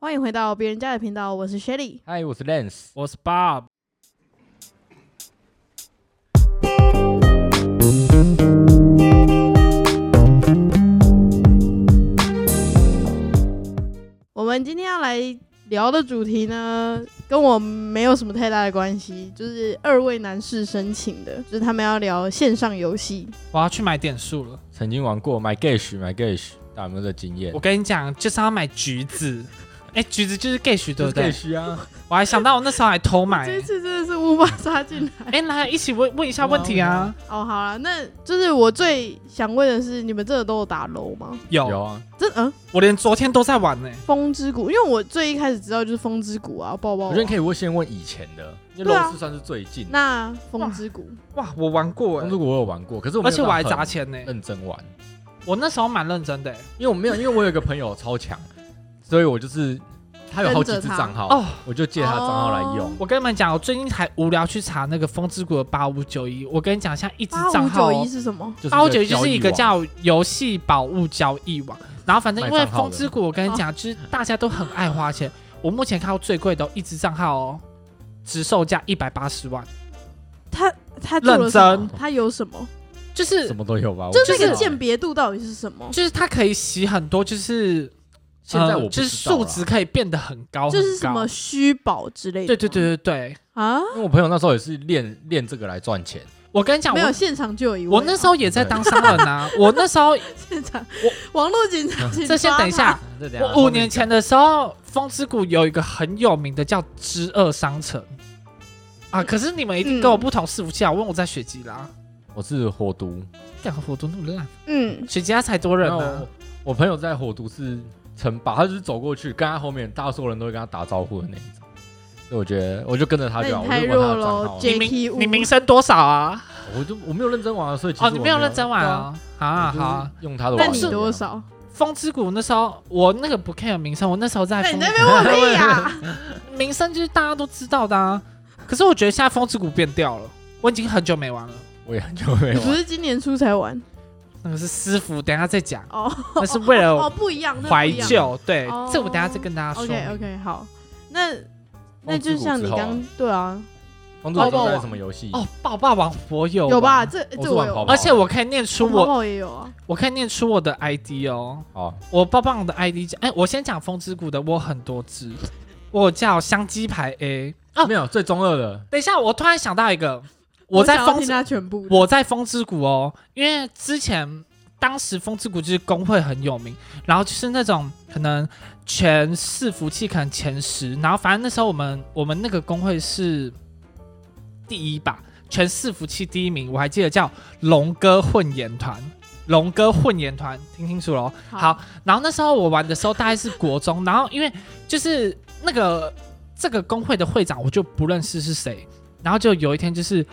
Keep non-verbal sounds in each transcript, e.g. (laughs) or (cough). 欢迎回到别人家的频道，我是 Shelly。嗨，我是 Lens。我是 Bob。我们今天要来聊的主题呢，跟我没有什么太大的关系，就是二位男士申请的，就是他们要聊线上游戏。我要去买点数了。曾经玩过买 Gash 买 Gash 打有没有的经验我？跟你讲，就是要买橘子。哎，橘子就是 Gage 对不对？ Gash 啊，我还想到我那时候还偷哎买。这次真的是乌马杀进来。哎，那一起问问一下问题啊。哦，好了，那就是我最想问的是，你们真的都有打楼吗？有有，啊，这嗯，我连昨天都在玩呢。风之谷，因为我最一开始知道就是风之谷啊，抱抱我网。觉得你可以问先问以前的，因为对啊 Rose 算是最近。那风之谷，哇，我玩过公哎主，谷我有玩过，可是我没而有且我还到很砸钱呢。认真玩，我那时候蛮认真的哎。因为我没有，因为我有一个朋友超强，所以我就是他有好几跟只着他账号，哦，我就借他账号来用。我跟你们讲，我最近还无聊去查那个风之谷的八五九一。我跟你讲，像一只八账五号九哦一是什么？就是八五那九就是一个交易网叫游戏宝物交易网，然后反正因为卖账号的风之谷，我跟你讲，就是大家都很爱花钱。我目前看到最贵的哦一只账号哦，直售价一百八十万，他他做了什么认？他有什么？就是什么都有吧，就是我不那知个道鉴。别度到底是什么？就是它可以洗很多，就是现在呃我不就是知道啦数值，可以变得很高，就是很什高么。虚宝之类的吗。对对对对对，啊，因为我朋友那时候也是练练这个来赚钱，我跟你讲，没有我现场就有一位啊。我那时候也在当商人 (laughs) 啊，我那时候现场， (laughs) 网络警察，请这先等一抓他。下，我五年前的时候，风之谷有一个很有名的叫知恶商城啊，可是你们一定跟我不同伺服器啊，我问我在雪姬啦，我是火毒，干活都那么烂，嗯，雪姬他才多人然后呢、我我朋友在火毒是城堡，他就是走过去，跟他后面大多数人都会跟他打招呼的那一种。所以我觉得我就跟着他就好，我那就你太问他的弱账了号啊， J- 你 JT 五名你名声多少啊？我就我没有认真玩啊，所以其实哦，我你没没有认真玩啊？对啊，啊，我就是好啊。用他的那网你页啊多？少？风之谷那时候，我那个不 care 名声，我那时候在那你风哎在那边问屁啊 (laughs) 呀？名声就是大家都知道的啊。可是我觉得现在风之谷变掉了，我已经很久没玩了。我也很久没啊你不玩。是今年初才玩那个是私服，等一下再讲。哦？那是为了 (laughs) 哦，不一样，那不怀一样。旧，对哦，这我等下再跟大家说明。 OK OK，好，那哦那风之就谷像你之后啊刚对啊，王者荣抱抱耀在网什么游戏？哦，抱抱王我有有吧？？这我这是我玩有跑，而且我可以念出我哎我，跑也有啊。我可以念出我的 ID 哦，好，我抱抱王的 ID 叫。哎，我先讲风之谷的，我有很多只，我叫香鸡排 A。哦没有最中二的，等一下，我突然想到一个，我在想要风听之他全部，我在风之谷哦，因为之前当时风之谷就是工会很有名，然后就是那种可能全伺服器可能前十，然后反正那时候我们我们那个工会是第一吧，全伺服器第一名，我还记得叫龙哥混研团。龙哥混研团，听清楚哦喽。好，然后那时候我玩的时候大概是国中，然后因为就是那个这个工会的会长我就不认识是谁，然后就有一天就是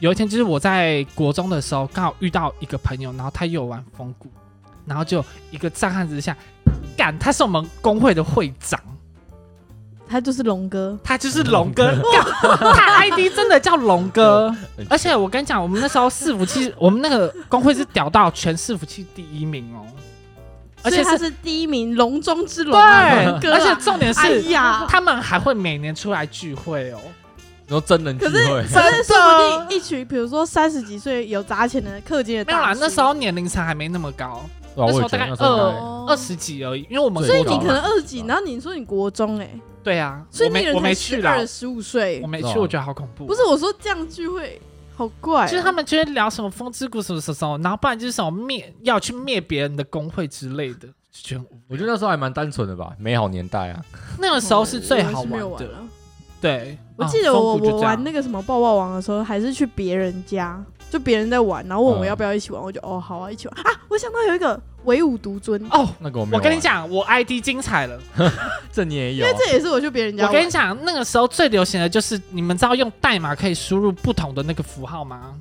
有一天就是我在国中的时候刚好遇到一个朋友，然后他也有玩风谷，然后就一个震撼之下，干他是我们工会的会长，他就是龙哥，他就是龙哥，干他 ID 真的叫龙哥。而且我跟你讲，我们那时候伺服器，我们那个工会是屌到全伺服器第一名哦，所而且以他是是第一名，龙中之龙对，啊，龙哥啊而且重点哎是、呀，他们还会每年出来聚会哦。你说真人聚可是会，啊可是真说的不定一群，比如说三十几岁有砸钱的氪金的没有大啦，叔，那时候年龄层还没那么高，对啊那时候我以前大概那时候大概哦二十几而已，因为我们所以国你中可能二十几，然后你说你国中哎、欸，对啊，所以我那个没人我才没去十啦二，十五岁我，没是去，吗我觉得好恐怖。不是，我说这样聚会好怪哦、就是他们就会聊什么风之谷什么什么什么，然后不然就是什么灭要去灭别人的工会之类的，就觉得很无我觉得那时候还蛮单纯的吧，美好年代啊。那个时候是最好我是没有的。啊啊对，哦我记得我、我玩那个个什么抱抱王的时候，还是去别人家，就别人在玩，然后问我嗯要不要一起玩，我就哦好啊，一起玩啊！我想到有一个唯舞独尊，哦，那个我没有我跟你玩，讲，我 ID 精彩了。这你也因有啊为，这也是我去别人家我玩，跟你讲，那个时候最流行的就是你们知道用代码可以输入不同的那个符号吗？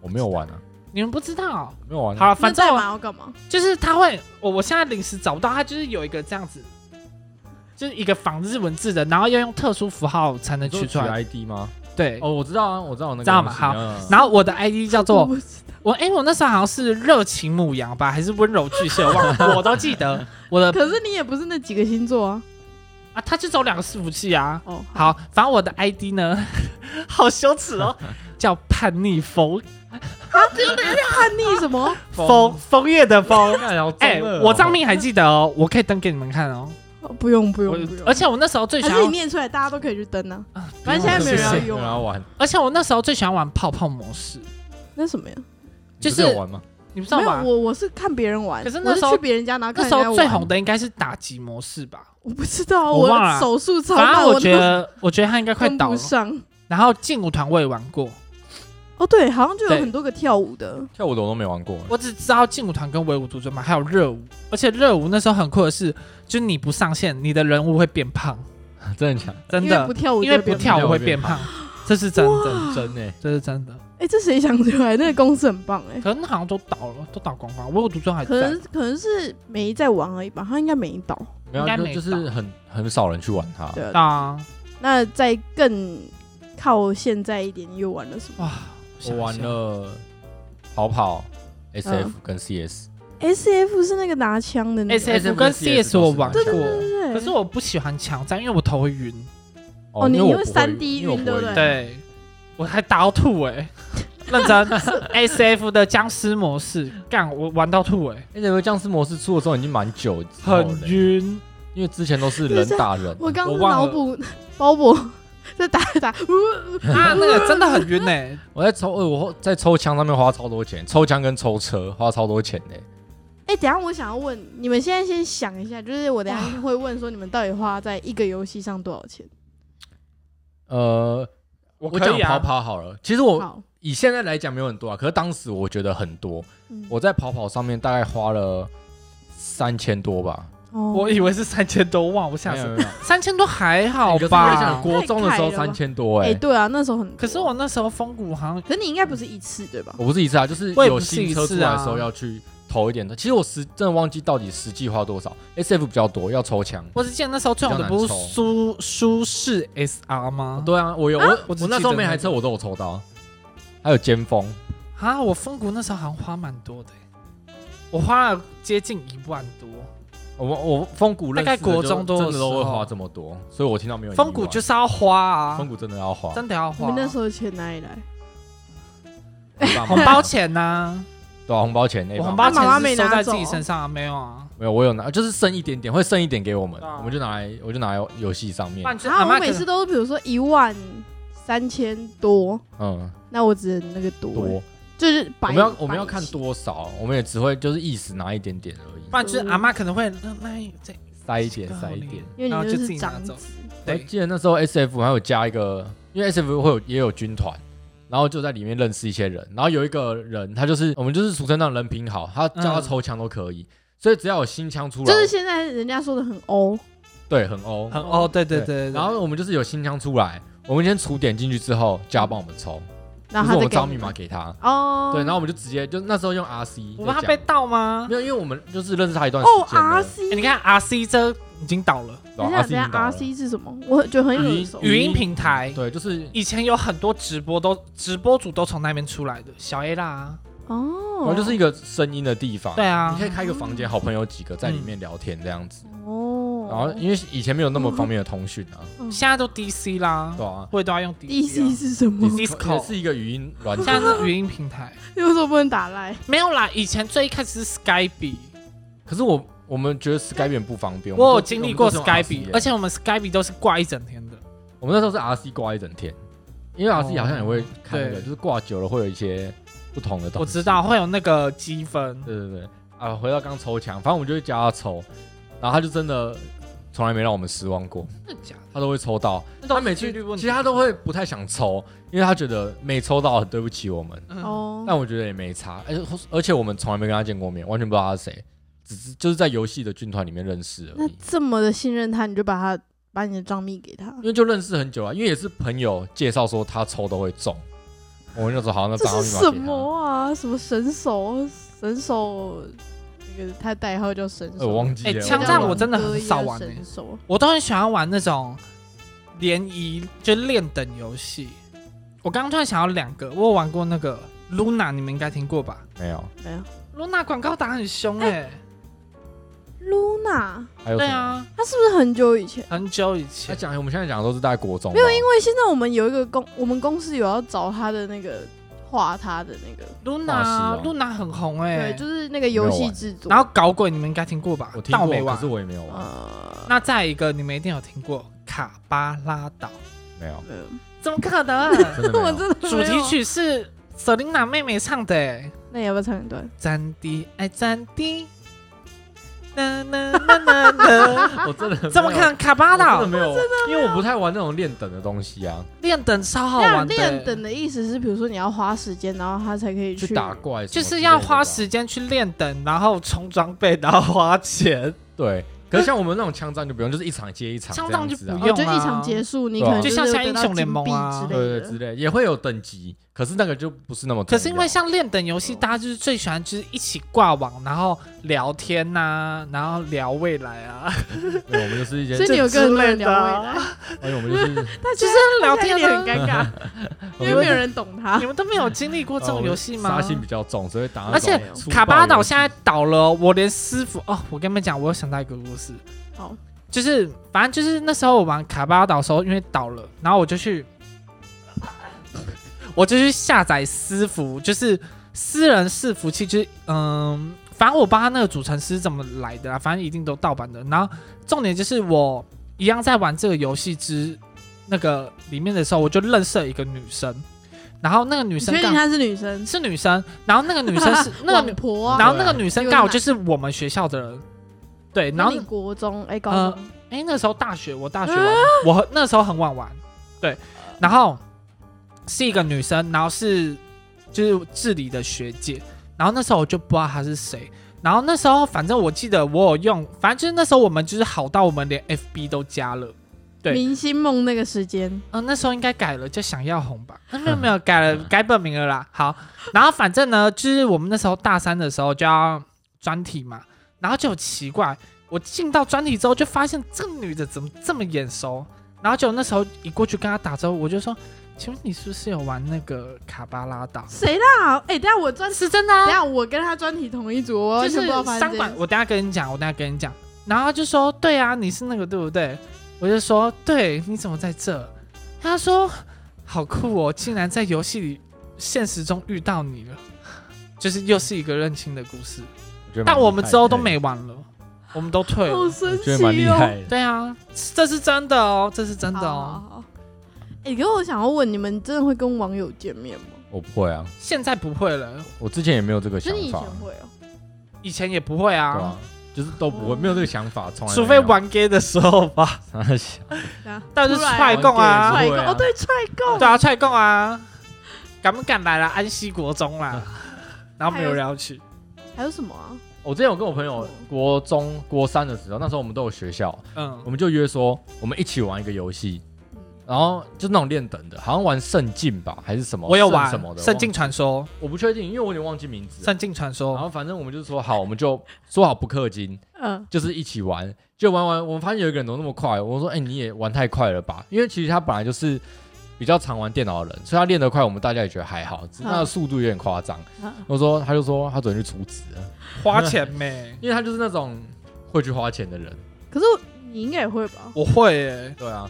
我没有玩啊，你们不知道？没有玩啊。好了，那反正代我码要干嘛？就是他会，我我现在临时找不到，他就是有一个这样子，就是一个仿日文字的，然后要用特殊符号才能你说取出来。 ID 吗？对，哦，我知道啊，我知道我那个知道吗东西好嗯然后哦我的 ID 叫我 (laughs) 做不知道我，哎、我那时候好像是热情 (laughs) 母羊吧，还是温柔巨蟹，我忘了，我都记得。我的可是你也不是那几个星座啊，啊，他就只有两个伺服器啊。哦，好，反正我的 ID 呢， (laughs) 好羞耻哦，叫叛逆风叛逆什么？风风月的风。干然后中哎、二我哦账命还记得哦，我可以登给你们看哦。哦不用不我用不用，而且我那时候最喜还欢是你，念出来，大家都可以去登啊。啊反正现在没有人要用啊没人要玩，而且我那时候最喜欢玩泡泡模式，那什么呀？就你不是是有玩吗？你们知道没有，吗？我我是看别人玩，啊可是那我是时候去别人家，然后看人那时家玩候最红，的应该是打击模式吧。我不知道，我我忘了啊手速超反慢，正我我都觉得，我觉得他应该快跟倒不了。上。然后劲舞团我也玩过，哦，对，好像就有对很多个跳舞的，跳舞的我都没玩过，我只知道劲舞团跟唯舞独尊嘛，还有热舞。而且热舞那时候很酷的是，就是你不上线，你的人物会变胖， (laughs) 真的假的？真因为的不，跳舞就因为会不变跳胖。舞会变胖，这是真的，真的欸，这是真的。哎，这谁想出来？那个公司很棒 (laughs) 哎，可能好像都倒了，都倒光光。唯舞独尊还可在能，可能是没在玩而已吧，他应该没倒。没有应该啊，就没就是打很很少人去玩它。对啊，啊，那再更靠现在一点，你又玩了什么哇，我想玩一下了跑跑、SF 嗯跟 CS， ？S F 是那个拿枪的那个 S F SF 跟跟 C S 我玩对过对，对对可是我不喜欢枪战，因为我头会晕。哦你因为因我为不会 3D 因为我晕不会对不对对，我还打到吐哎、认真 S F 的僵尸模式，干我玩到吐哎、 SF 僵尸模式出的时候已经蛮久之后了，欸很晕。因为之前都是人打人，我刚刚忘脑了补 (laughs) 包勃在打一打，呜啊，那个真的很晕哎、我在抽，呃我在抽枪上面花超多钱，抽枪跟抽车花超多钱呢、哎、等一下我想要问你们，现在先想一下，就是我等一下会问说你们到底花在一个游戏上多少钱？呃，我 (laughs) 我可讲以跑啊跑好了，其实我好，以现在来讲没有很多啊，可是当时我觉得很多，嗯我在跑跑上面大概花了三千多吧，哦我以为是三千多万，我想没有死。没有没有哎三千多还好可是我想吧？国中的时太开了候哦三吧千多哎、哎、对啊，那时候很多可是我，那时候风骨好像可是你应该不是一次对吧？我不是一次啊，就是我也有不是一新车次出来的时啊候要去投一点的。其实我实真的忘记到底实际花多少，SF 比较多，要抽枪。我只记得那时候最红的不是舒舒适 S R 吗？对啊，我有、哦我我只我那记时候得每那台个车我都有抽到，还有尖峰，啊，我风骨那时候好像花蛮多的欸、我花了接近一万多。我我风骨认识的大概国中就多的真的都会时候花这么多，所以我听到没有风骨就是是要花啊，风骨真的要花，真的要你花啊们。那时候的钱哪里来？你爸妈红包钱 (laughs) 呐、对啊，红包钱那一我包红包妈妈没钱是收拿在自走己身上啊，没有啊。没有，我有拿，就是剩一点点，会剩一点给我们，对啊我们就拿来我就拿来游戏上面不，然就是啊，阿我妈每次都是比如说一万三千多，嗯，那我只能那个多、欸多，就是我百们要我们要百看起多少，我们也只会就是意思拿一点点而已，不然啊就是阿妈可能会那嗯那这塞一点塞一点。因为然后你就自是己拿长走子，我对记得那时候 S F 还有加一个，因为 S F 会有也有军团，然后就在里面认识一些人，然后有一个人他就是我们就是俗称那种人品好，他叫他嗯抽枪都可以，所以只要有新枪出来，就是现在人家说的很欧，对很欧，很哦，对对对对，然后我们就是有新枪出来，我们先储点进去之后，叫他帮我们抽，然就是后他再我们给找你密码给他，哦，对，然后我们就直接就那时候用 R C，我怕被盗吗没？有，因为我们就是认识他一段时哦间了，R C 欸你看 R C 这已经倒了，对等吧一下，等，R C 一下，R C 是什么？我觉得很语有音手。语音平台对，就是以前有很多直播都直播主都从那边出来的，小 A 啦啊，哦然，后就是一个声音的地方，对啊嗯你可以开一个房间，好朋友几个在里面聊天这样子。哦，然后因为以前没有那么方便的通讯啊，现在都 D C 啦，对 (laughs) 啊，我也都要用 D D C 是什么？ (laughs) Discord 也是一个语音软现件在啊，是语音平台，为什么不能打赖？ (laughs) 没有啦，以前最一开始是 Skype，可是我我们觉得 Skype 很不方便。我有们都经历过我们都是用 Skype， RC 而且我们 Skype 都是挂一整天的，我们那时候是 RC 挂一整天，因为 RC 好像也会看那对个，就是挂久了会有一些不同的东西。哦我知道。会有那个积分，对对对，啊，回到刚抽奖，反正我们就会叫他抽，然后他就真的从来没让我们失望过，真的假的？他都会抽到。那都他是每几次率问题其实他都会不太想抽，因为他觉得没抽到很对不起我们。嗯哦，但我觉得也没差，而且而且我们从来没跟他见过面，完全不知道他是谁，只是就是在游戏的军团里面认识而那已。这么的信任他，你就把他把你的账密给他因，为就认识很久啊，因为也是朋友介绍说他抽都会中，我们就说好，那这把他是密码什给他。么啊？什么神手？神手？那个他代号叫神呃手。啊我忘记哎了。枪叫战忘我记真的很歌一少二玩欸神手我都很喜欢玩那种联谊，就练等游戏。我刚刚突然想到两个，我有玩过那个 Luna，你们应该听过吧欸没有，没有。欸？Luna 广告打很凶哎、 Luna，还有对什么？啊，她是不是很久以前？很久以他前，讲哎我们现在讲的都是大概国中吧，没有，因为现在我们有一个公，我们公司有要找她的那个画她的那个，大师 Luna 哦 Luna 很红哎、对，就是那个游戏制作。然后搞鬼你们应该听过吧？我听但过，我没玩可是。我也没有嗯玩，呃，那再一个你们一定有听过卡巴拉岛，没有，没有怎么可能？真的没呃我有。真的没有 (laughs) 主题。曲是 Selina 妹妹唱的、 (laughs) 哎欸，那你要不要唱一段？战地爱战地，呐呐呐呐 (laughs) 呐， (laughs) 我真的没有怎么可能？卡巴我拉岛真的没有，因为我不太玩那种练等的东西啊，练等超好那玩的、练等的意思是，比如说你要花时间，然后他才可以去去打。怪什就么之是类的吧，要花时间去练等，然后充装备，然后花钱。对。可是像我们那种枪战就不用，就是一场接一场这枪样战就子啊，不哦，用就一啊场结束，你对可啊能就像是像会得到英雄联盟啊金币之类的对之类，也会有等级，可是那个就不是那么重可要。是因为像练等游戏，大家就是最喜欢就是一起挂网，然后聊天呐、然后聊未来啊，因为我们就是一些所，以你有这之跟类人聊的啊未来，因为我们就是 (laughs) 他就是聊天也很啊。尴尬， (laughs) 因为没有人懂他你。们都没有经历过这种游戏吗？哦杀性比较重，所以打那而且种粗暴卡巴岛游戏现在倒了哦，我连师傅哦，我跟你们讲，我又想到一个故事，好，就是反正就是那时候我玩卡巴岛的时候，因为倒了，然后我就去，我就去下载私服，就是私人伺服器，就是嗯，反正我不知道他那个组成是怎么来的啦，反正一定都盗版的。然后重点就是我一样在玩这个游戏之那个里面的时候，我就认识了一个女生，然后那个女你生确定刚她是女生？是女生，然后那个女生 (laughs) 是那个女网婆啊，然后那个女生对啊刚好就是我们学校的人，对，然后呃你哎、国中哎啊高中那时候大学我大学玩，我很那时候很晚玩，对，然后是一个女生，然后是就是治理的学姐，然后那时候我就不知道她是谁，然后那时候反正我记得我有用，反正就是那时候我们就是好到我们连 FB 都加了，对明星梦那个时间，嗯、那时候应该改了，就想要红吧？那没有没有改了，改本名了啦。好，然后反正呢，就是我们那时候大三的时候就要专题嘛，然后就很奇怪，我进到专题之后就发现这个女的怎么这么眼熟，然后就那时候一过去跟她打招呼，我就说，请问你是不是有玩那个卡巴拉岛？谁啦？哎，等一下我专，是真的啊等一，下我跟她专题同一组，哦我完就全是不知道发生商这管件，事我等下跟你讲，我等下跟你讲。然后他就说，对啊，你是那个对不对？我就说，对，你怎么在这？他说，好酷哦，竟然在游戏里现实中遇到你了，就是又是一个认亲的故事。觉得蛮厉害的但我们之后都没玩了，我们都退好了。神我觉得蛮奇厉哦。害的。对啊，这是真的哦，这是真的好哦。。好好哎，可是我想要问，你们真的会跟网友见面吗？我不会啊，现在不会了，我之前也没有这个就想你以前法，会哦，以前也不会对啊啊，，就是都不会，哦没有这个想法，从来除非玩 gay 的时候吧，玩小但是突然踹供啊，踹会共啊哦，对踹共，对啊，踹供啊，敢不敢来了？安溪国中啊啦，然后没有人要去，还有什么啊？ (laughs) 我之前有跟我朋友国中国三的时候，那时候我们都有学校，我嗯，们就约说我们一起玩一个游戏，嗯然后就那种练等的，好像玩圣境吧，还是什么？我有圣玩什么《的？圣境传说》，我不确定，因为我有点忘记名《字了。圣境传然说后反正我们就说好，我们就说好不氪金，嗯，就是一起玩，就玩玩。我们发现有一个人怎么那么快，我说哎、你也玩太快了吧？因为其实他本来就是比较常玩电脑的人，所以他练得快，我们大家也觉得还好，只是嗯他的速度有点夸张。嗯我说他就说他昨天去出资了，》，？花钱没因为他就是那种会去花钱的人。可是我你应该也会吧？我会耶，对啊，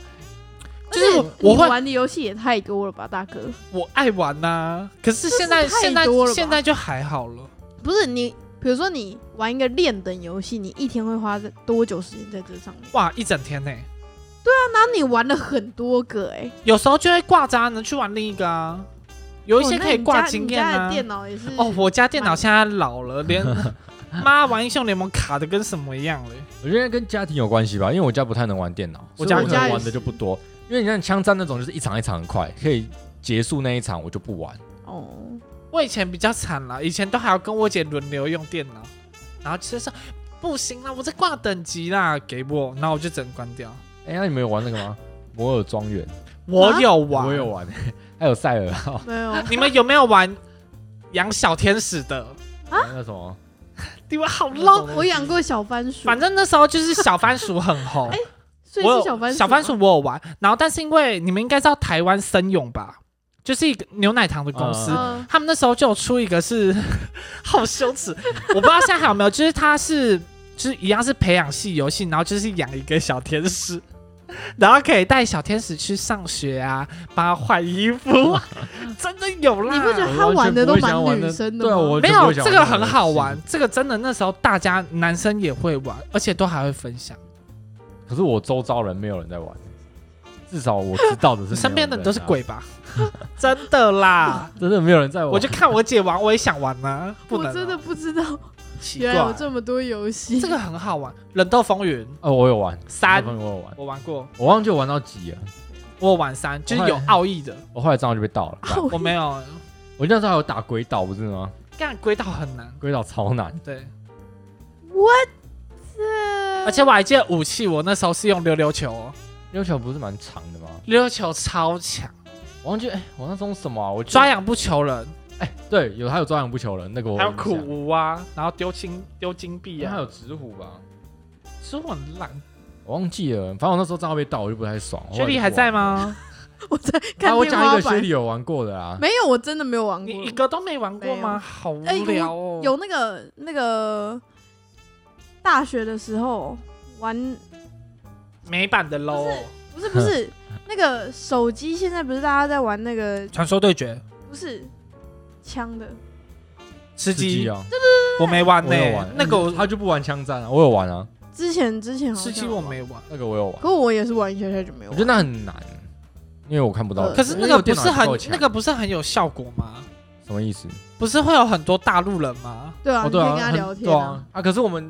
就是而我且我你会玩的游戏也太多了吧，大哥？我爱玩呐。可是现在这是现在太多了吧现在就还好了，不是你，比如说你玩一个练等游戏，你一天会花多久时间在这上面？哇，一整天呢，那你玩了很多个哎、有时候就会挂渣呢，去玩另一个啊，有一些哦那可以你挂家经你验家啊的。电脑也是哦，我家电脑蛮现在老 (laughs) 了，连妈玩英雄联盟卡的跟什么一样嘞。我觉得跟家庭有关系吧，因为我家不太能玩电脑，我所以家我可我家能也玩的就不多。因为你像枪战那种，就是一场一场很快，可以结束那一场，我就不玩。哦，我以前比较惨啦，以前都还要跟我姐轮流用电脑，然后就说不行啦，我在挂等级啦，给我，然后我就整关掉。哎、那你们有玩那个 (laughs) 吗？摩尔庄园，我有玩，啊我有。玩， (laughs) 还有塞尔号，没 (laughs) 有，你们有没有玩养小天使的？ (laughs) 那什么，你们好 low。我养过小番薯，反正那时候就是小番薯很红，哎所以我是有小番薯，小番薯，我有玩，然后但是因为你们应该知道台湾森永吧，就是一个牛奶糖的公司，嗯嗯，他们 (laughs) 那时候就有出一个是，好羞耻，我不知道现在还有没有，就是它是就是一样是培养系游戏，然后就是养一个小天使，然后可以带小天使去上学啊，帮他换衣服，啊 (laughs) 真的有啦。你不觉得我他完玩全的不都会想蛮玩女的生的对啊吗我完没全不有会想这玩个这很种好游戏玩，这个真的那时候大家男生也会玩，而且都还会分享。可是我周遭人没有人在玩，至少我知道的 (laughs) 是、你身边的都是，鬼吧？ (laughs) 真的 (laughs) 啦，真的没有人在玩。我就看我姐玩，我也想玩呢、不能啊、我真的不知道，奇怪原来有，这么多游戏。这 (laughs) 个很好玩，《忍斗风云哦，我有玩，三那份》我有玩，我玩过，我忘记我玩到几了。我有玩三，就是有奥义 (laughs) 的，我后来账号就被 (laughs) 盗了，哦我没有。我那时候还有打鬼岛，不是吗？干归道很难，鬼岛超难，对， ，what？the- 而且我还记得武器，我那时候是用溜溜球、哦，溜球不是蛮长的吗？溜溜球超强，我忘记，哎、我那时候什么啊？我记得抓，痒不求人，哎、对，有还有抓痒不求人，那个我还有印象苦无啊，然后丢金丢金币还啊有，纸虎吧，其实我很烂。我忘记了。反正我那时候账号被盗，我就不太爽。学弟还在？吗？ (laughs) 我在啊，看我天讲一花个学板弟。有玩过的啊，没有，我真的没有玩你过一。个都没玩过没吗？有好无哎有聊哦。有那个那个大学的时候玩，美版的哦喽，不是不是那个手机，现在不是大家在玩那个传说对决，不是枪的，吃吃鸡鸡，啊，我没玩呢我有玩。嗯那个我他就不玩枪战啊，我有玩啊，之前之前好吃像鸡嗯我没玩，那个我有玩。可我也是玩一下下就没有我觉得玩。那很难，因为我看不到。呃可是因那为个我不电脑是也很够强那个不是很有效果吗？什么意思？不是会有很多大陆人吗？对啊，哦，你对可以啊，跟他很聊天对啊。啊，可是我们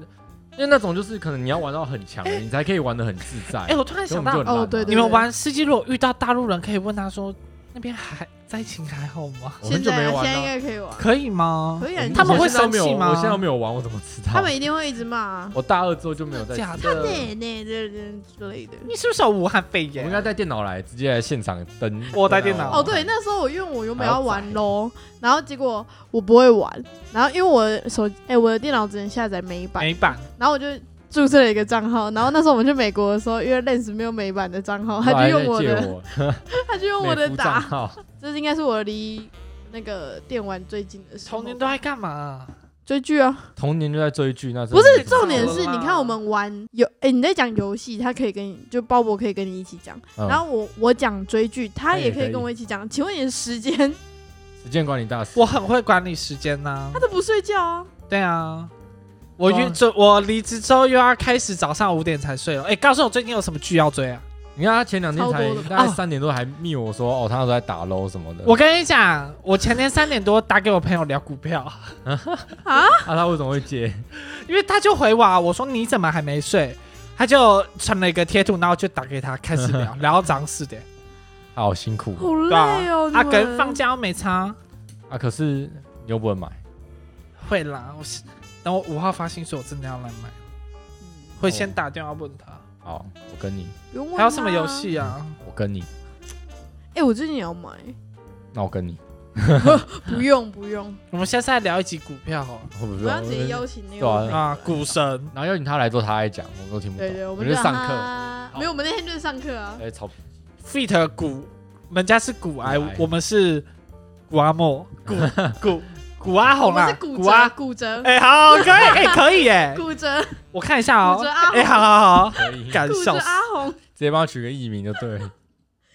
因为那种就是可能你要玩到很强的，你才可以玩的很自在。哎，我突然所以我想们到就很，烂啊哦对对你们玩吃鸡如果遇到大陆人，可以问他说那边还灾情还好吗？我现很久没在啊玩现在应了。该可以玩，可以吗可？以我啊。你他们就会是现在生没有气吗我现在没有玩，我怎么知道？他们一定会一直骂啊。我大二之后就没有再。假的？对对对对之类的。你是不是有武汉肺我炎？啊应该带电脑来，直接来现场登。我带电脑哦，对，那时候我因为我原本还要要玩载 LO，然后结果我不会玩，然后因为我的手哎、我的电脑只能下载美版，美版然后我就注册了一个账号，然后那时候我们去美国的时候，因为 Lens 没有美版的账号，他来就用我借的，我 (laughs) 他就用美我的服账打， (laughs) 号，这是应该是我离那个电玩最近的时候童年都在干嘛？追剧啊，童年就在追剧，那真的不是知道重点了是，你啦看我们玩游，哎、你在讲游戏，他可以跟你就鲍勃可以跟你一起讲，嗯然后我我讲追剧，他他也也可可以以跟我一起讲，请问你的时间，时间管理大师，我很会管理时间呐、他都不睡觉啊。对啊，我对啊晕这我离职之后又要开始早上五点才睡了。哎，告诉我最近有什么剧要追啊？你看他前两天超才多的大概哦三点多还密我说，哦，他那时候在打 LO 什么的。我跟你讲，我前天三点多打给我朋友聊股票， (laughs) 啊，他为什么会接？因为他就回我、啊，我说你怎么还没睡？他就传了一个贴图，然后就打给他，开始 (laughs) 聊，聊到早上四点。他好辛苦好对啊累哦，啊，你跟们放假又没差，啊！可是你又不会买，会啦。我是等我五号发薪水，我真的要来买，嗯会先打电话问他。好，我跟你，不用问还有什么他游？戏啊？我跟你，哎、我最近也要 (laughs) 买，那我跟你，不用不用，我们现在来聊一集股票哦。我不我要直接邀请那个对啊我妹啊，来股神。然后邀请他来做，他还讲，我都听不懂。对对，我们就就是上课，啊好没有，我们那天就是上课啊。哎，超 Fit 骨，人家是骨癌骨癌，我们是骨阿莫， (laughs) 骨骨骨阿我红们啊，是骨骨折，阿，骨折，哎，好，可以， (laughs) 哎，可以，哎，骨折，我看一下骨折哦，阿红，哎，好好好，可 (laughs) 以，直敢骨折笑死，阿红，接帮他取个艺名就对了，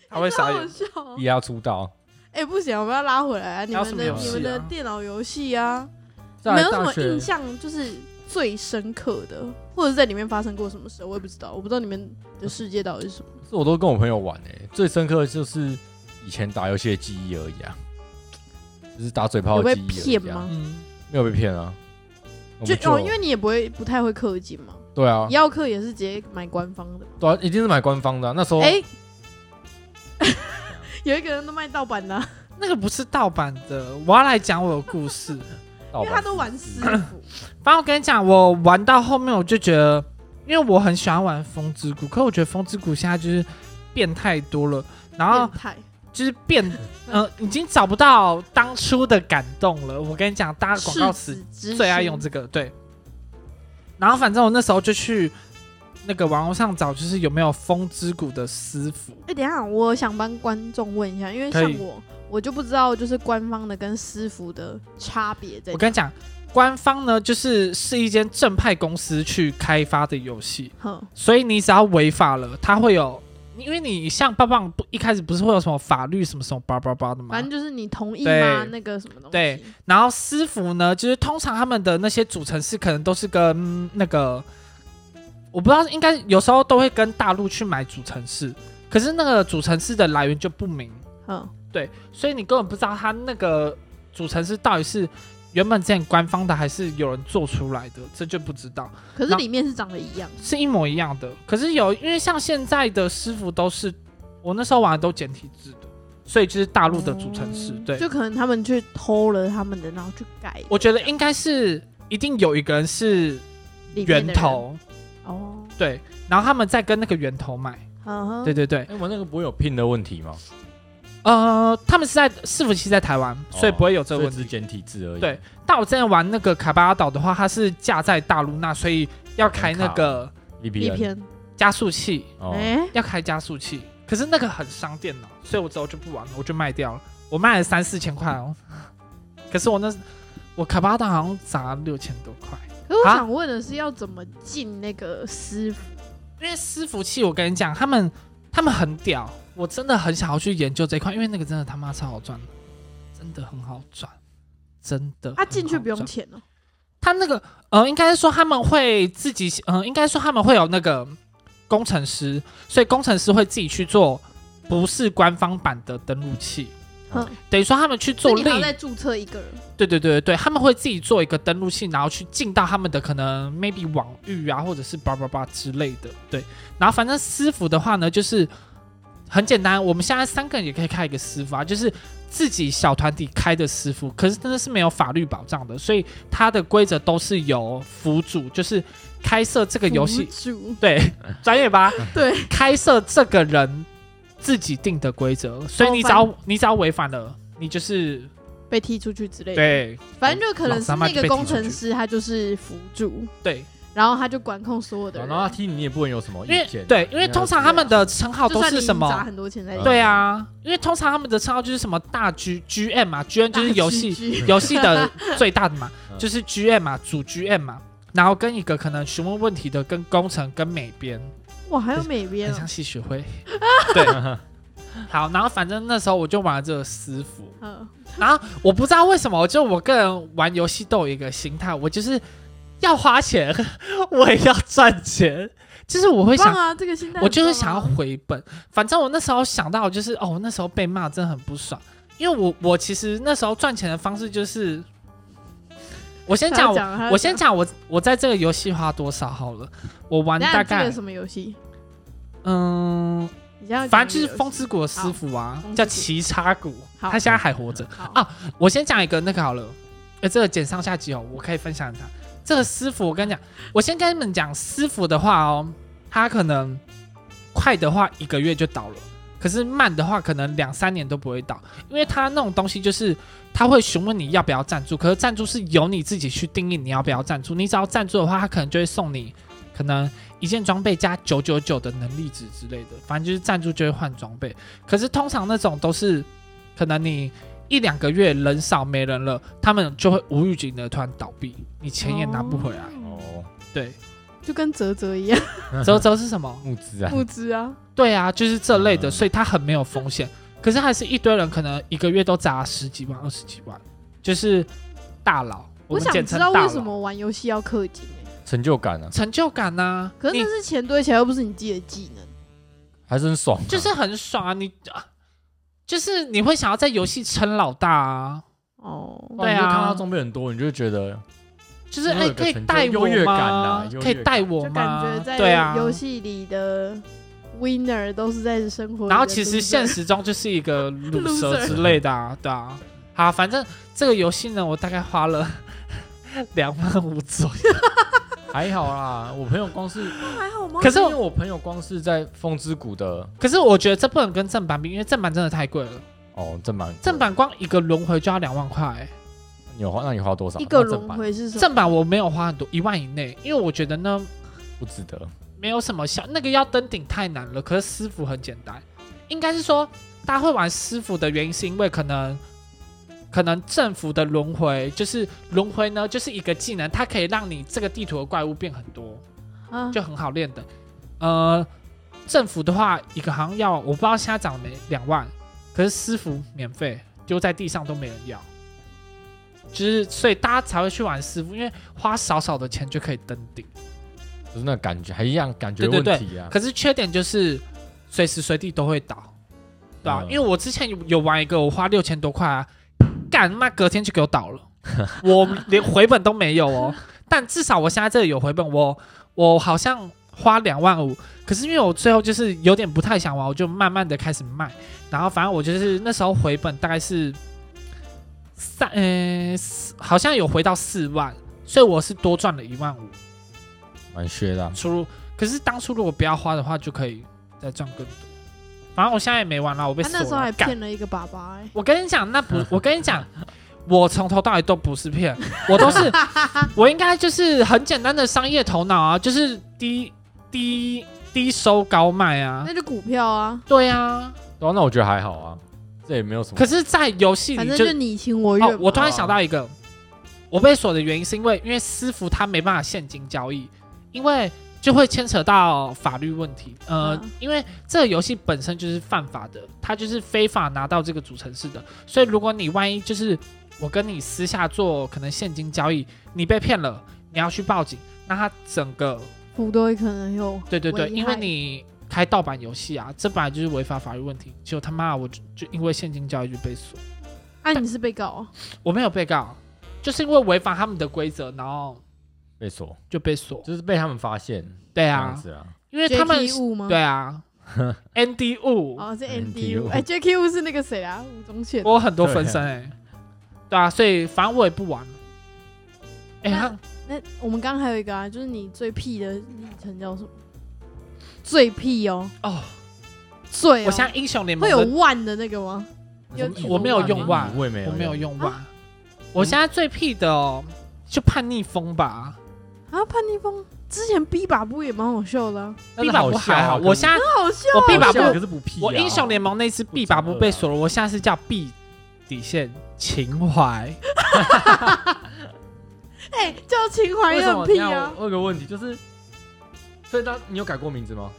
他会好傻好眼。笑哦。逼他出道。哎、不行，我们要拉回来啊！你还有们什么的、游你戏们的啊电脑游戏啊，你再们来有什大么学印象就是最深刻的，或者在里面发生过什么事？我也不知道，我不知道你们的世界到底是什么。这我都跟我朋友玩诶、最深刻的就是以前打游戏的记忆而已啊，就是打嘴炮有的被记忆而骗已、啊吗。？嗯，没有被骗啊，我就们哦，因为你也不会不太会氪金嘛，对啊，要氪也是直接买官方的嘛。对啊，一定是买官方的啊、那时哦候、哎、 (laughs) 有一个人都卖盗版的啊、那个不是盗版的，我要来讲我的故事。盗因为他版都玩私 (coughs) 服。反正我跟你讲，我玩到后面我就觉得，因为我很喜欢玩风之谷，可我觉得风之谷现在就是变太多了，然后变态，就是变，呃，已经找不到当初的感动了。我跟你讲，大家广告词词最爱用这个，对。然后反正我那时候就去那个网络上找，就是有没有风之谷的私服。哎、等一下，我想帮观众问一下，因为可像以我，我就不知道就是官方的跟私服的差别在哪。我跟你讲，官方呢就是是一间正派公司去开发的游戏，好，所以你只要违法了，它会有，因为你像棒棒不一开始不是会有什么法律什么什么叭叭叭的吗反？正就是你同意对吗？那个什么东西？对，然后私服呢，就是通常他们的那些组成是可能都是跟那个，我不知道，应该有时候都会跟大陆去买主城市，可是那个主城市的来源就不明，好，对，所以你根本不知道它那个主城市到底是原本之前官方的还是有人做出来的，这就不知道，可是那里面是长得一样，是一模一样的。可是有，因为像现在的师傅都是我那时候玩的都简体字的，所以就是大陆的主城市，对，嗯就可能他们去偷了他们的，然后去改我觉得应该是一定有一个人是里面的人源头，哦，对，然后他们再跟那个源头买，好，对对对，哎，我那个不会有聘的问题吗？呃，他们是在伺服器在台湾，哦所以不会有这这个个问只是题。简体字而已。对，但我之前玩那个卡巴拉岛的话，它是架在大陆那，所以要开那个一，VPN。篇，加速器，哦，哎，要开加速器，可是那个很伤电脑，所以我之后就不玩了，我就卖掉了，我卖了三四千块哦，可是我那我卡巴拉岛好像砸六千多块。可是我啊想问的是，要怎么进那个师傅？因为伺服器，我跟你讲，他们他们很屌，我真的很想要去研究这一块，因为那个真的他妈超好赚的，真的很好赚，真的。他啊进去不用很好赚，钱哦，他那个呃，应该是说他们会自己，嗯、应该说他们会有那个工程师，所以工程师会自己去做不是官方版的登录器，哼，等于说他们去嗯所做以你还另要再注册一个人，对对对对对，他们会自己做一个登录器，然后去进到他们的可能 maybe 网域啊，或者是叭叭叭之类的。对，然后反正私服的话呢，就是很简单，我们现在三个人也可以开一个私服啊，就是自己小团体开的私服，可是真的是没有法律保障的，所以它的规则都是由服主，就是开设这个游戏辅，助对，专业吧？对，开设这个人自己定的规则，所以你只要你只要违反了，你就是被踢出去之类的，对。反正就可能是那老三妈就个被踢工程师，他就是辅助，对，然后他就管控所有的啊哦然人，后他踢你，你也不能有什么意因为见。对，因为通常他们的称号就都算是你什砸么？很多钱在里面对啊，因为通常他们的称号就是什么大 G G M 嘛，G M 就是游戏游戏的最大的嘛，嗯就是 G M 嘛，主 G M 嘛，然后跟一个可能询问问题的，跟工程跟美编，哇，还有美编很哦像，戏学会。对，好，然后反正那时候我就玩了这个私服，嗯，然后我不知道为什么，就我个人玩游戏都有一个心态，我就是要花钱， (laughs) 我也要赚钱，就是我会很想棒。啊，这个心态很棒啊，我就是想要回本。反正我那时候想到，就是哦，我那时候被骂真的很不爽，因为我我其实那时候赚钱的方式就是，我先他要讲讲，我他要我先讲我我在这个游戏花多少好了，我玩等一下大这概个什么游戏？嗯，你现在要讲反正就一是个游风戏之谷的师傅啊好，风叫之谷奇叉谷，好他现在还活着。好啊我先讲一个那个好了，哎、这个剪上下集哦，我可以分享它。这个师傅，我跟你讲，我先跟你们讲，师傅的话哦，他可能快的话一个月就倒了，可是慢的话可能两三年都不会倒，因为他那种东西就是他会询问你要不要赞助，可是赞助是由你自己去定义你要不要赞助，你只要赞助的话，他可能就会送你可能一件装备加九九九的能力值之类的，反正就是赞助就会换装备。可是通常那种都是可能你一两个月人少没人了，他们就会无预警的突然倒闭，你钱也拿不回来。哦 (laughs) 哦，对，就跟泽泽一样，嗯泽泽是什么？募资啊，不知啊，对啊，就是这类的，嗯所以它很没有风险。可是还是一堆人可能一个月都砸十几万、二十几万，就是大佬。我们想简知称道大为佬什么玩游戏要氪金欸成就感啊，成就感呐、可是你那是钱堆起来，又不是你自己的技能。还是很爽啊。就是很爽啊，你啊就是你会想要在游戏称老大啊，哦，哇你就对啊看到装备很多，你就觉得就是有哎、一个可以成就带优我越感吗啊？优越可以带我就感吗觉？对啊在，游戏里的 winner 都是在生活里的 loser。然后其实现实中就是一 (laughs) 个乳蛇 Loser 之类的啊，对啊。好，反正这个游戏呢，我大概花了 (laughs) 两万五左右。还好 (laughs) 啦。我朋友光是，还好吗？可是因我为我朋友光是在风之谷的可是我觉得这不能跟正版比，因为正版真的太贵了。哦，正版正版光一个轮回就要两万块、你有花，那你花多少？一个那正轮版回是什么？正版我没有花很多，一万以内，因为我觉得呢，不值得。没有什么效，那个要登顶太难了。可是师傅很简单，应该是说大家会玩师傅的原因是因为可能可能政府的轮回，就是轮回呢，就是一个技能，它可以让你这个地图的怪物变很多，啊，就很好练的。呃，政府的话，一个好像要我不知道现在涨了没两万，可是私服免费，丢在地上都没人要。就是，所以大家才会去玩私服，因为花少少的钱就可以登顶。就是那感觉还一样感觉对对问对题啊。可是缺点就是随时随地都会倒，对啊，嗯因为我之前有有玩一个，我花六千多块啊，干他妈隔天就给我倒了， (laughs) 我连回本都没有 (laughs) 哦。但至少我现在这里有回本，我我好像花两万五，可是因为我最后就是有点不太想玩，我就慢慢的开始卖，然后反正我就是那时候回本大概是三，呃，四好像有回到四万，所以我是多赚了一万五。蛮削的啊、出入。可是当初如果不要花的话，就可以再赚更多。反正我现在也没玩了，我被他锁那时候了。还干骗了一个爸爸、欸，我跟你讲，(laughs) 那不，我跟你讲，我从头到尾都不是骗，我 (laughs) 都是，我应该就是很简单的商业头脑啊，就是低低低收高卖啊那，就股票啊，对啊。对啊，那我觉得还好啊，这也没有什么。可是，在游戏反里正就就你情我愿哦嘛、，我突然想到一个，我被锁的原因是因为因为私服它没办法现金交易，因为就会牵扯到法律问题。呃，啊因为这个游戏本身就是犯法的，它就是非法拿到这个主城市的，所以如果你万一就是我跟你私下做可能现金交易，你被骗了，你要去报警，那它整个福多可能有对对对，危因为害你。开盗版游戏啊，这本来就是违法法律问题。就他妈，我就就因为现金交易就被锁。啊，你是被告啊、我没有被告，就是因为违反他们的规则，然后被锁，就被锁。就是被他们发现对这样啊，子啊。因为他们 Jacky Wu 吗？(laughs) 对啊，ND 五，哦，是 ND ND 五五，哎，JQ 五是那个谁啊？吴宗宪。我有很多分身啊哎、对啊，所以反正我也不玩了。哎、那他那我们刚刚还有一个啊，就是你最屁的昵称叫什么？最屁哦，哦，最哦、我像英雄联盟会有的，万的那个吗？有什么我没有用万万我也没有，啊我没有。用啊哇。我现在最屁的哦，就叛逆风吧。啊，叛逆风之前 B 把不也蛮好笑的、啊，那必个把好笑不啊还好，可是我现在好笑。我必把好笑可不，是不屁啊。我英雄联盟那只必把不被锁了，我现在是叫必底线情怀。哎、叫情怀为也什么？很屁啊等一下！我我有个问题就是，所以当你有改过名字吗？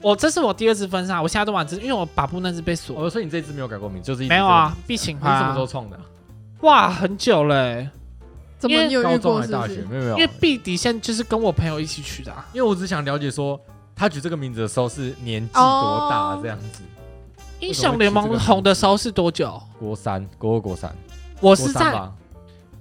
我这是我第二次分杀，我现在都玩这，因为我把布那只被锁。哦，所以你这次没有改过名，就是一直没有这啊个，必请名字。花、你什么啊时候。创的啊？哇，很久嘞、欸，怎么你有高遇中过还是是不大学？是？没有没有因，为 B 底线就是跟我朋友一起去的、啊，因为我只想了解说，他取这个名字的时候是年纪多大哦这样子？英雄联盟红的时候是多久？国三，国二，国三，我我是在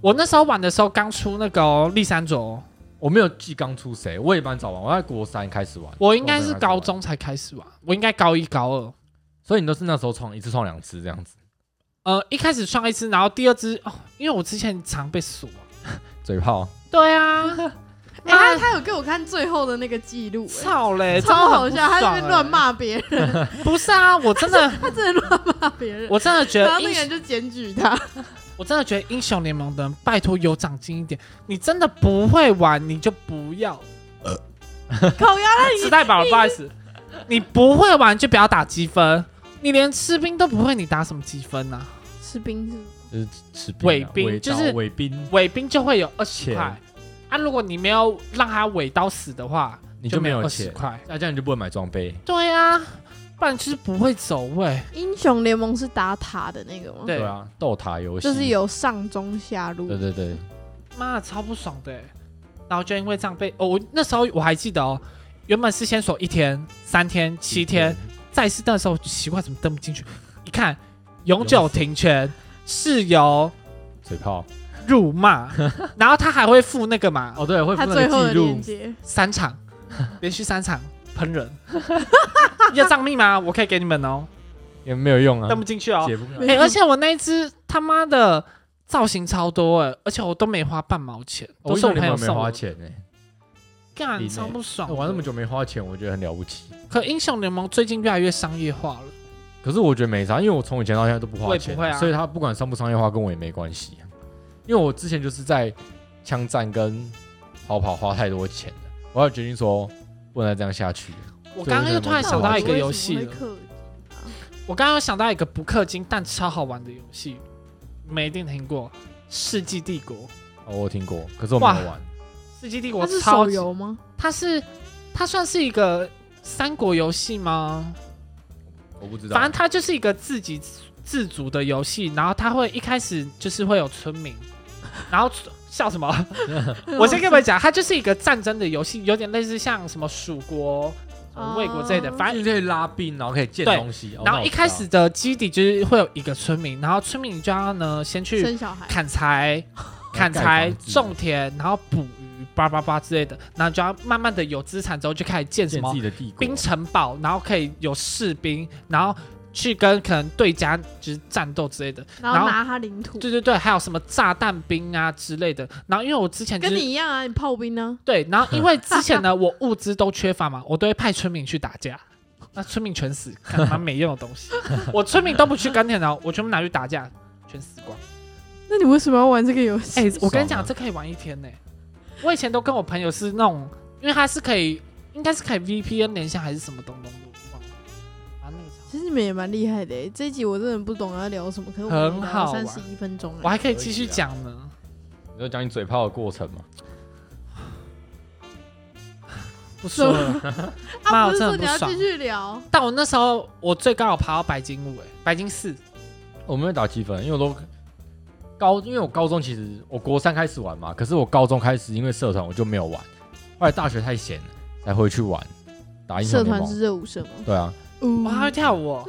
我那时候玩的时候刚出那个哦立山卓哦，我没有记刚出谁，我也蛮早玩，我在国三开始玩，我应该国是三开始玩高，中才开始玩，我应该高一高二。所以你都是那时候创一次创两次这样子，呃，一开始创一只，然后第二只哦，因为我之前常被锁。嘴炮，对啊，哎、他他有给我看最后的那个记录、哎 (laughs) 操嘞，超好真笑，的很他不在那边爽乱骂别人， (laughs) 欸。不是啊，我真 (laughs) 的，他真的乱骂别人，我真的觉然得后英那个人就检举他。我真的觉得英雄联盟的人，拜托有长进一点。你真的不会玩，你就不要。烤鸭那 (laughs) 时你代宝，不好意思，你不会玩就不要打积分。你连吃兵都不会，你打什么积分呢、啊？吃冰是就是吃兵啊尾兵尾刀就是尾兵，尾兵就会有二十钱块，啊，如果你没有让他尾刀死的话，你就就没有二十钱，块。那这样你就不会买装备，对啊，不然就是不会走欸位。英雄联盟是打塔的那个吗？对对啊，斗塔游戏就是，有上中下路对。对对，妈的，超不爽的欸。然后就因为这样被哦，我那时候我还记得哦，原本是先锁一天、三天、七天，再是那时候奇怪怎么登不进去，一看永久停权是由嘴炮，辱 (laughs) 骂，然后他还会附那个嘛、哦对，会他附最那后个的记链录，接，三场连续三场 (laughs) 喷人，要账密吗？我可以给你们哦，也没有用啊登，不进去哦。解不了没，哎、而且我那一只他妈的造型超多哎，而且我都没花半毛钱，都哦我是我用朋联友哦盟没送我花的，钱哎，干零超欸不爽我的。玩那么久没花钱，我觉得很了不起。可英雄联盟最近越来越商业化了，可是我觉得没啥，因为我从以前到现在都不我花也不钱，会啊所以他不管商不商业化跟我也没关系。啊因为我之前就是在枪战跟跑跑花太多钱了，我要决定说不能再这样下去。我刚刚又突然想到一个游戏那我为了什么会氪金啊我刚刚又想到一个不氪金但超好玩的游戏，《没一定听过《世纪帝国》。《哦，我有听过，可是我没有哇玩。世纪帝国它》是超手级游吗？它是它算是一个三国游戏吗？我不知道。反正它就是一个自给自足的游戏，然后它会一开始就是会有村 (laughs) 民，然后笑什么？我先跟你们讲，它就是一个战争的游戏，有点类似像什么蜀国、什么魏国之类的，哦反就正。是可以拉兵，然后可以建对东西。哦然后一开始，的基底就是会有一个村民，然后村民就要呢先去生小孩，砍柴、砍盖柴房、子种田，然后捕鱼，叭叭叭之类的，然后就要慢慢的有资产之后就开始建那什我知道建自己么的帝国。冰城堡，然后可以有士兵，然后去跟可能对家就是战斗之类的。然然后后拿他领土，对对对，还有什么炸弹兵啊之类的。然后因为我之前就跟是你一样啊，你炮兵呢？对，然后因为之前 (laughs) 呢我物资都缺乏嘛，我都会派村民去打架。那村民全死，干嘛没用的东 (laughs) 西？我村民都不去耕田的哦，我全部拿去打架，全死光。那你为什么要玩这个游戏？哎、我跟爽你讲，啊这可以玩一天呢、我以前都跟我朋友是那种，因为它是可以，应该是可以 VPN 连线还是什么东东的，我忘了。啊，那个超其实你们也蛮厉害的欸，这一集我真的不懂要聊什么，可是我很好玩三十一分钟我了。还可以继续讲呢。你就讲你嘴炮的过程嘛。不说了。 (laughs) 妈啊，我不是真说的你不要爽继续聊？但我那时候我最高有爬到白金五，哎，白金四，我没有打积分，因为我都高，因为我高中其实我国三开始玩嘛，可是我高中开始因为社团我就没有玩，后来大学太闲了才回去玩打英雄社联团是盟。热舞社吗？对啊，哦我还会跳舞哦。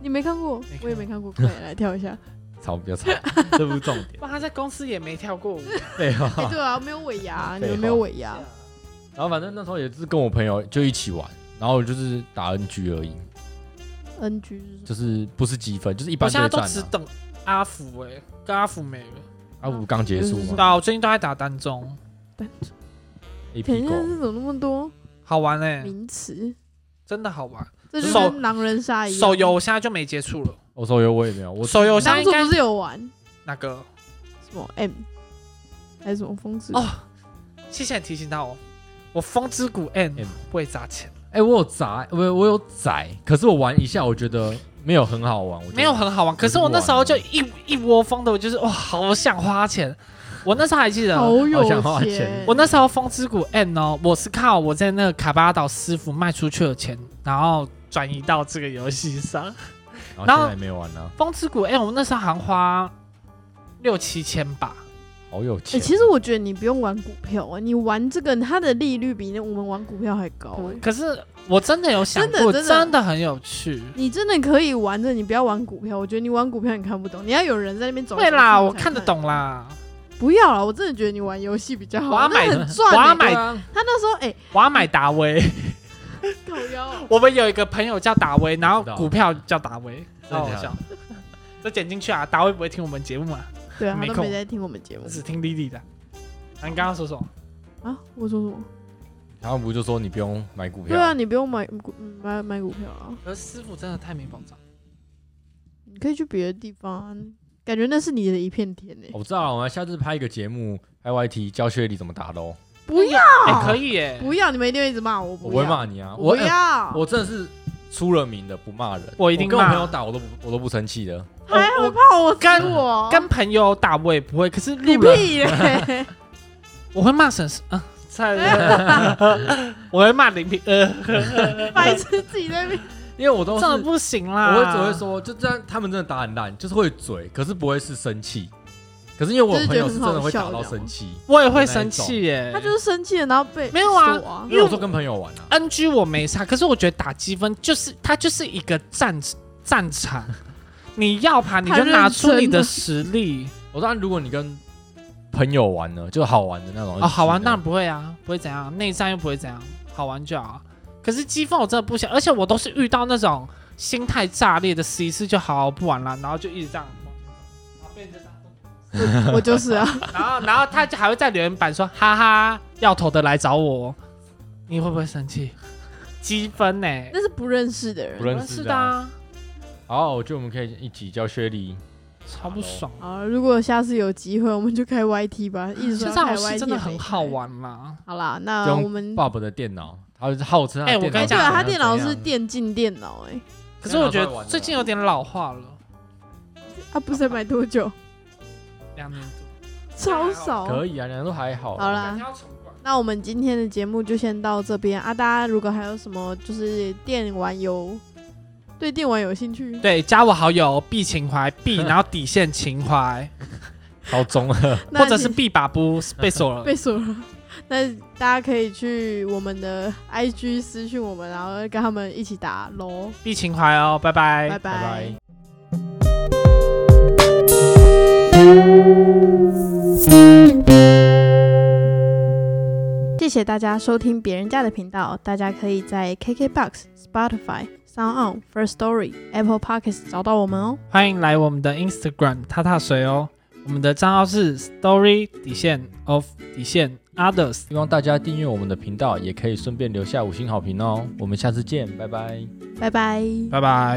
你没看过没看，啊我也没看过，快点来跳 (laughs) 一下。吵比较吵，这不是重点。哇，他在公司也没 (laughs) 跳过舞。对啊，哎，对啊，没有尾牙，废你话们没有尾牙，啊然后反正那时候也是跟我朋友就一起玩，然后我就是打 NG 而已， NG 是什么？就是不是积分，就是一我般现对在战都只啊。等阿福，哎，跟阿福没了。啊，五刚结束就是对嘛啊，我最近都在打单中，等，A 一 P 下，狗，这怎么那么多好玩哎，名词？真的好玩。这就手跟狼人杀一样。手游，我现在就没接触了。我手游我也没有，我手游我我现当在应初该不是有玩那个，什么 M 还是什么风之？哦谢谢你提醒到我，我风之谷 N M 会砸钱，哎、我有砸，我我有载，可是我玩一下，我觉得没有很好玩，我觉得没有很好玩。可是我那时候就一一窝蜂的，我就是哇，好想花钱。我那时候还记得，好有好想花钱钱！我那时候风之谷 N 哦，我是靠我在那个卡巴拉岛师傅卖出去的钱，然后转移到这个游戏上。然后然后现在也没玩啊了，风之谷 N，我那时候好像花六七千吧。好有哎、钱。其实我觉得你不用玩股票啊，你玩这个它的利率比那我们玩股票还高、哎可是我真的有想真的过，真的真的很有趣。你真的可以玩着，你不要玩股票。我觉得你玩股票你看不懂，你要有人在那边走。对啦，走我看得。懂啦。不要啦，我真的觉得你玩游戏比较好。我要买那很赚、欸。我要买对啊他那时候哎，我要买达威。狗、腰。我们有一个朋友叫达威，然后知道股票叫达威，真的好好假的笑。 (laughs) 这剪进去啊，达威不会听我们节目啊，对啊，没他都空没在听我们节目只听 Lily 的。啊你刚刚说什么？啊。我说什么？他们不就说你不用买股票？对啊，，你不用买股嗯买买股票啊，可是师傅真的太没保障。你可以去别的地方、啊。感觉那是你的一片天哎、哦我知道了，啊我们下次拍一个节目，拍 YT 教学你怎么打喽。不要哎、可以耶、不要，你们一定会一直骂我。我不不会要，骂你啊，我我不要。我真的是出了名的不骂人，我一定跟我骂朋友打我都不我都不生气的。还好我怕我跟跟我跟朋友打我也不会，可是你路人屁嘞！ (laughs) 我会骂沈师，嗯、菜 (laughs) 人我会骂林平，呃，白痴自己在那边。因为我都真是的不行啦。我会只会说，就这样，他们真的打很烂，就是会嘴，可是不会是生气。可是因为我就是觉得有朋友是真很的好会打笑到这样生气，我也会生气耶、他就是生气了，然后被哎没有啊锁啊因为我说跟朋友玩啊， NG 我没差，可是我觉得打积分就是它就是一个战战场，你要爬你就拿出你的实力我当然，如果你跟朋友玩呢，就好玩的那种哦，好玩就当是然不会啊，不会怎样，内战又不会怎样，好玩就好。可是积分我真的不想，而且我都是遇到那种心态炸裂的十一次就好好不玩了，然后就一直这样往前走，然后被人家打中我就是啊，然后然后他就还会在留言板说哈哈，要头的来找我，你会不会生气？欸积分呢、那是不认识的人不。认识是的的、啊。啊，好，我觉得我们可以一起叫薛丽，超不爽。好，如果下次有机会，我们就开 YT 吧。一直说这要场开游戏 YT 真的也没很开好。玩啦。好啦，就那用我们 Bob 的电脑，他号称他哎的我电脑跟嗯哎，对你讲啊，怎他样电脑是怎样电竞电脑哎，可是我觉得最近有点老化了，他不是才买多久？两年多。超少。可以啊，两个都还好。好啦感觉要重灌那我们今天的节目就先到这边啊！大家如果还有什么就是电玩游，对电玩有兴趣，对，加我好友必情怀必，然后底线情怀，好中 (laughs) 二，那或者是你必把不被锁 (laughs) 了。被锁了，那大家可以去我们的 IG 私讯我们，然后跟他们一起打喽，必情怀哦，拜拜。拜拜拜。谢谢大家收听别人家的频道，大家可以在 KKBox、Spotify、Sound On、First Story、Apple Podcasts 找到我们哦。欢迎来我们的 Instagram 踏踏水哦，我们的账号是 Story 底线 of 底线 Others。希望大家订阅我们的频道，也可以顺便留下五星好评哦。我们下次见，拜拜。拜拜。拜拜。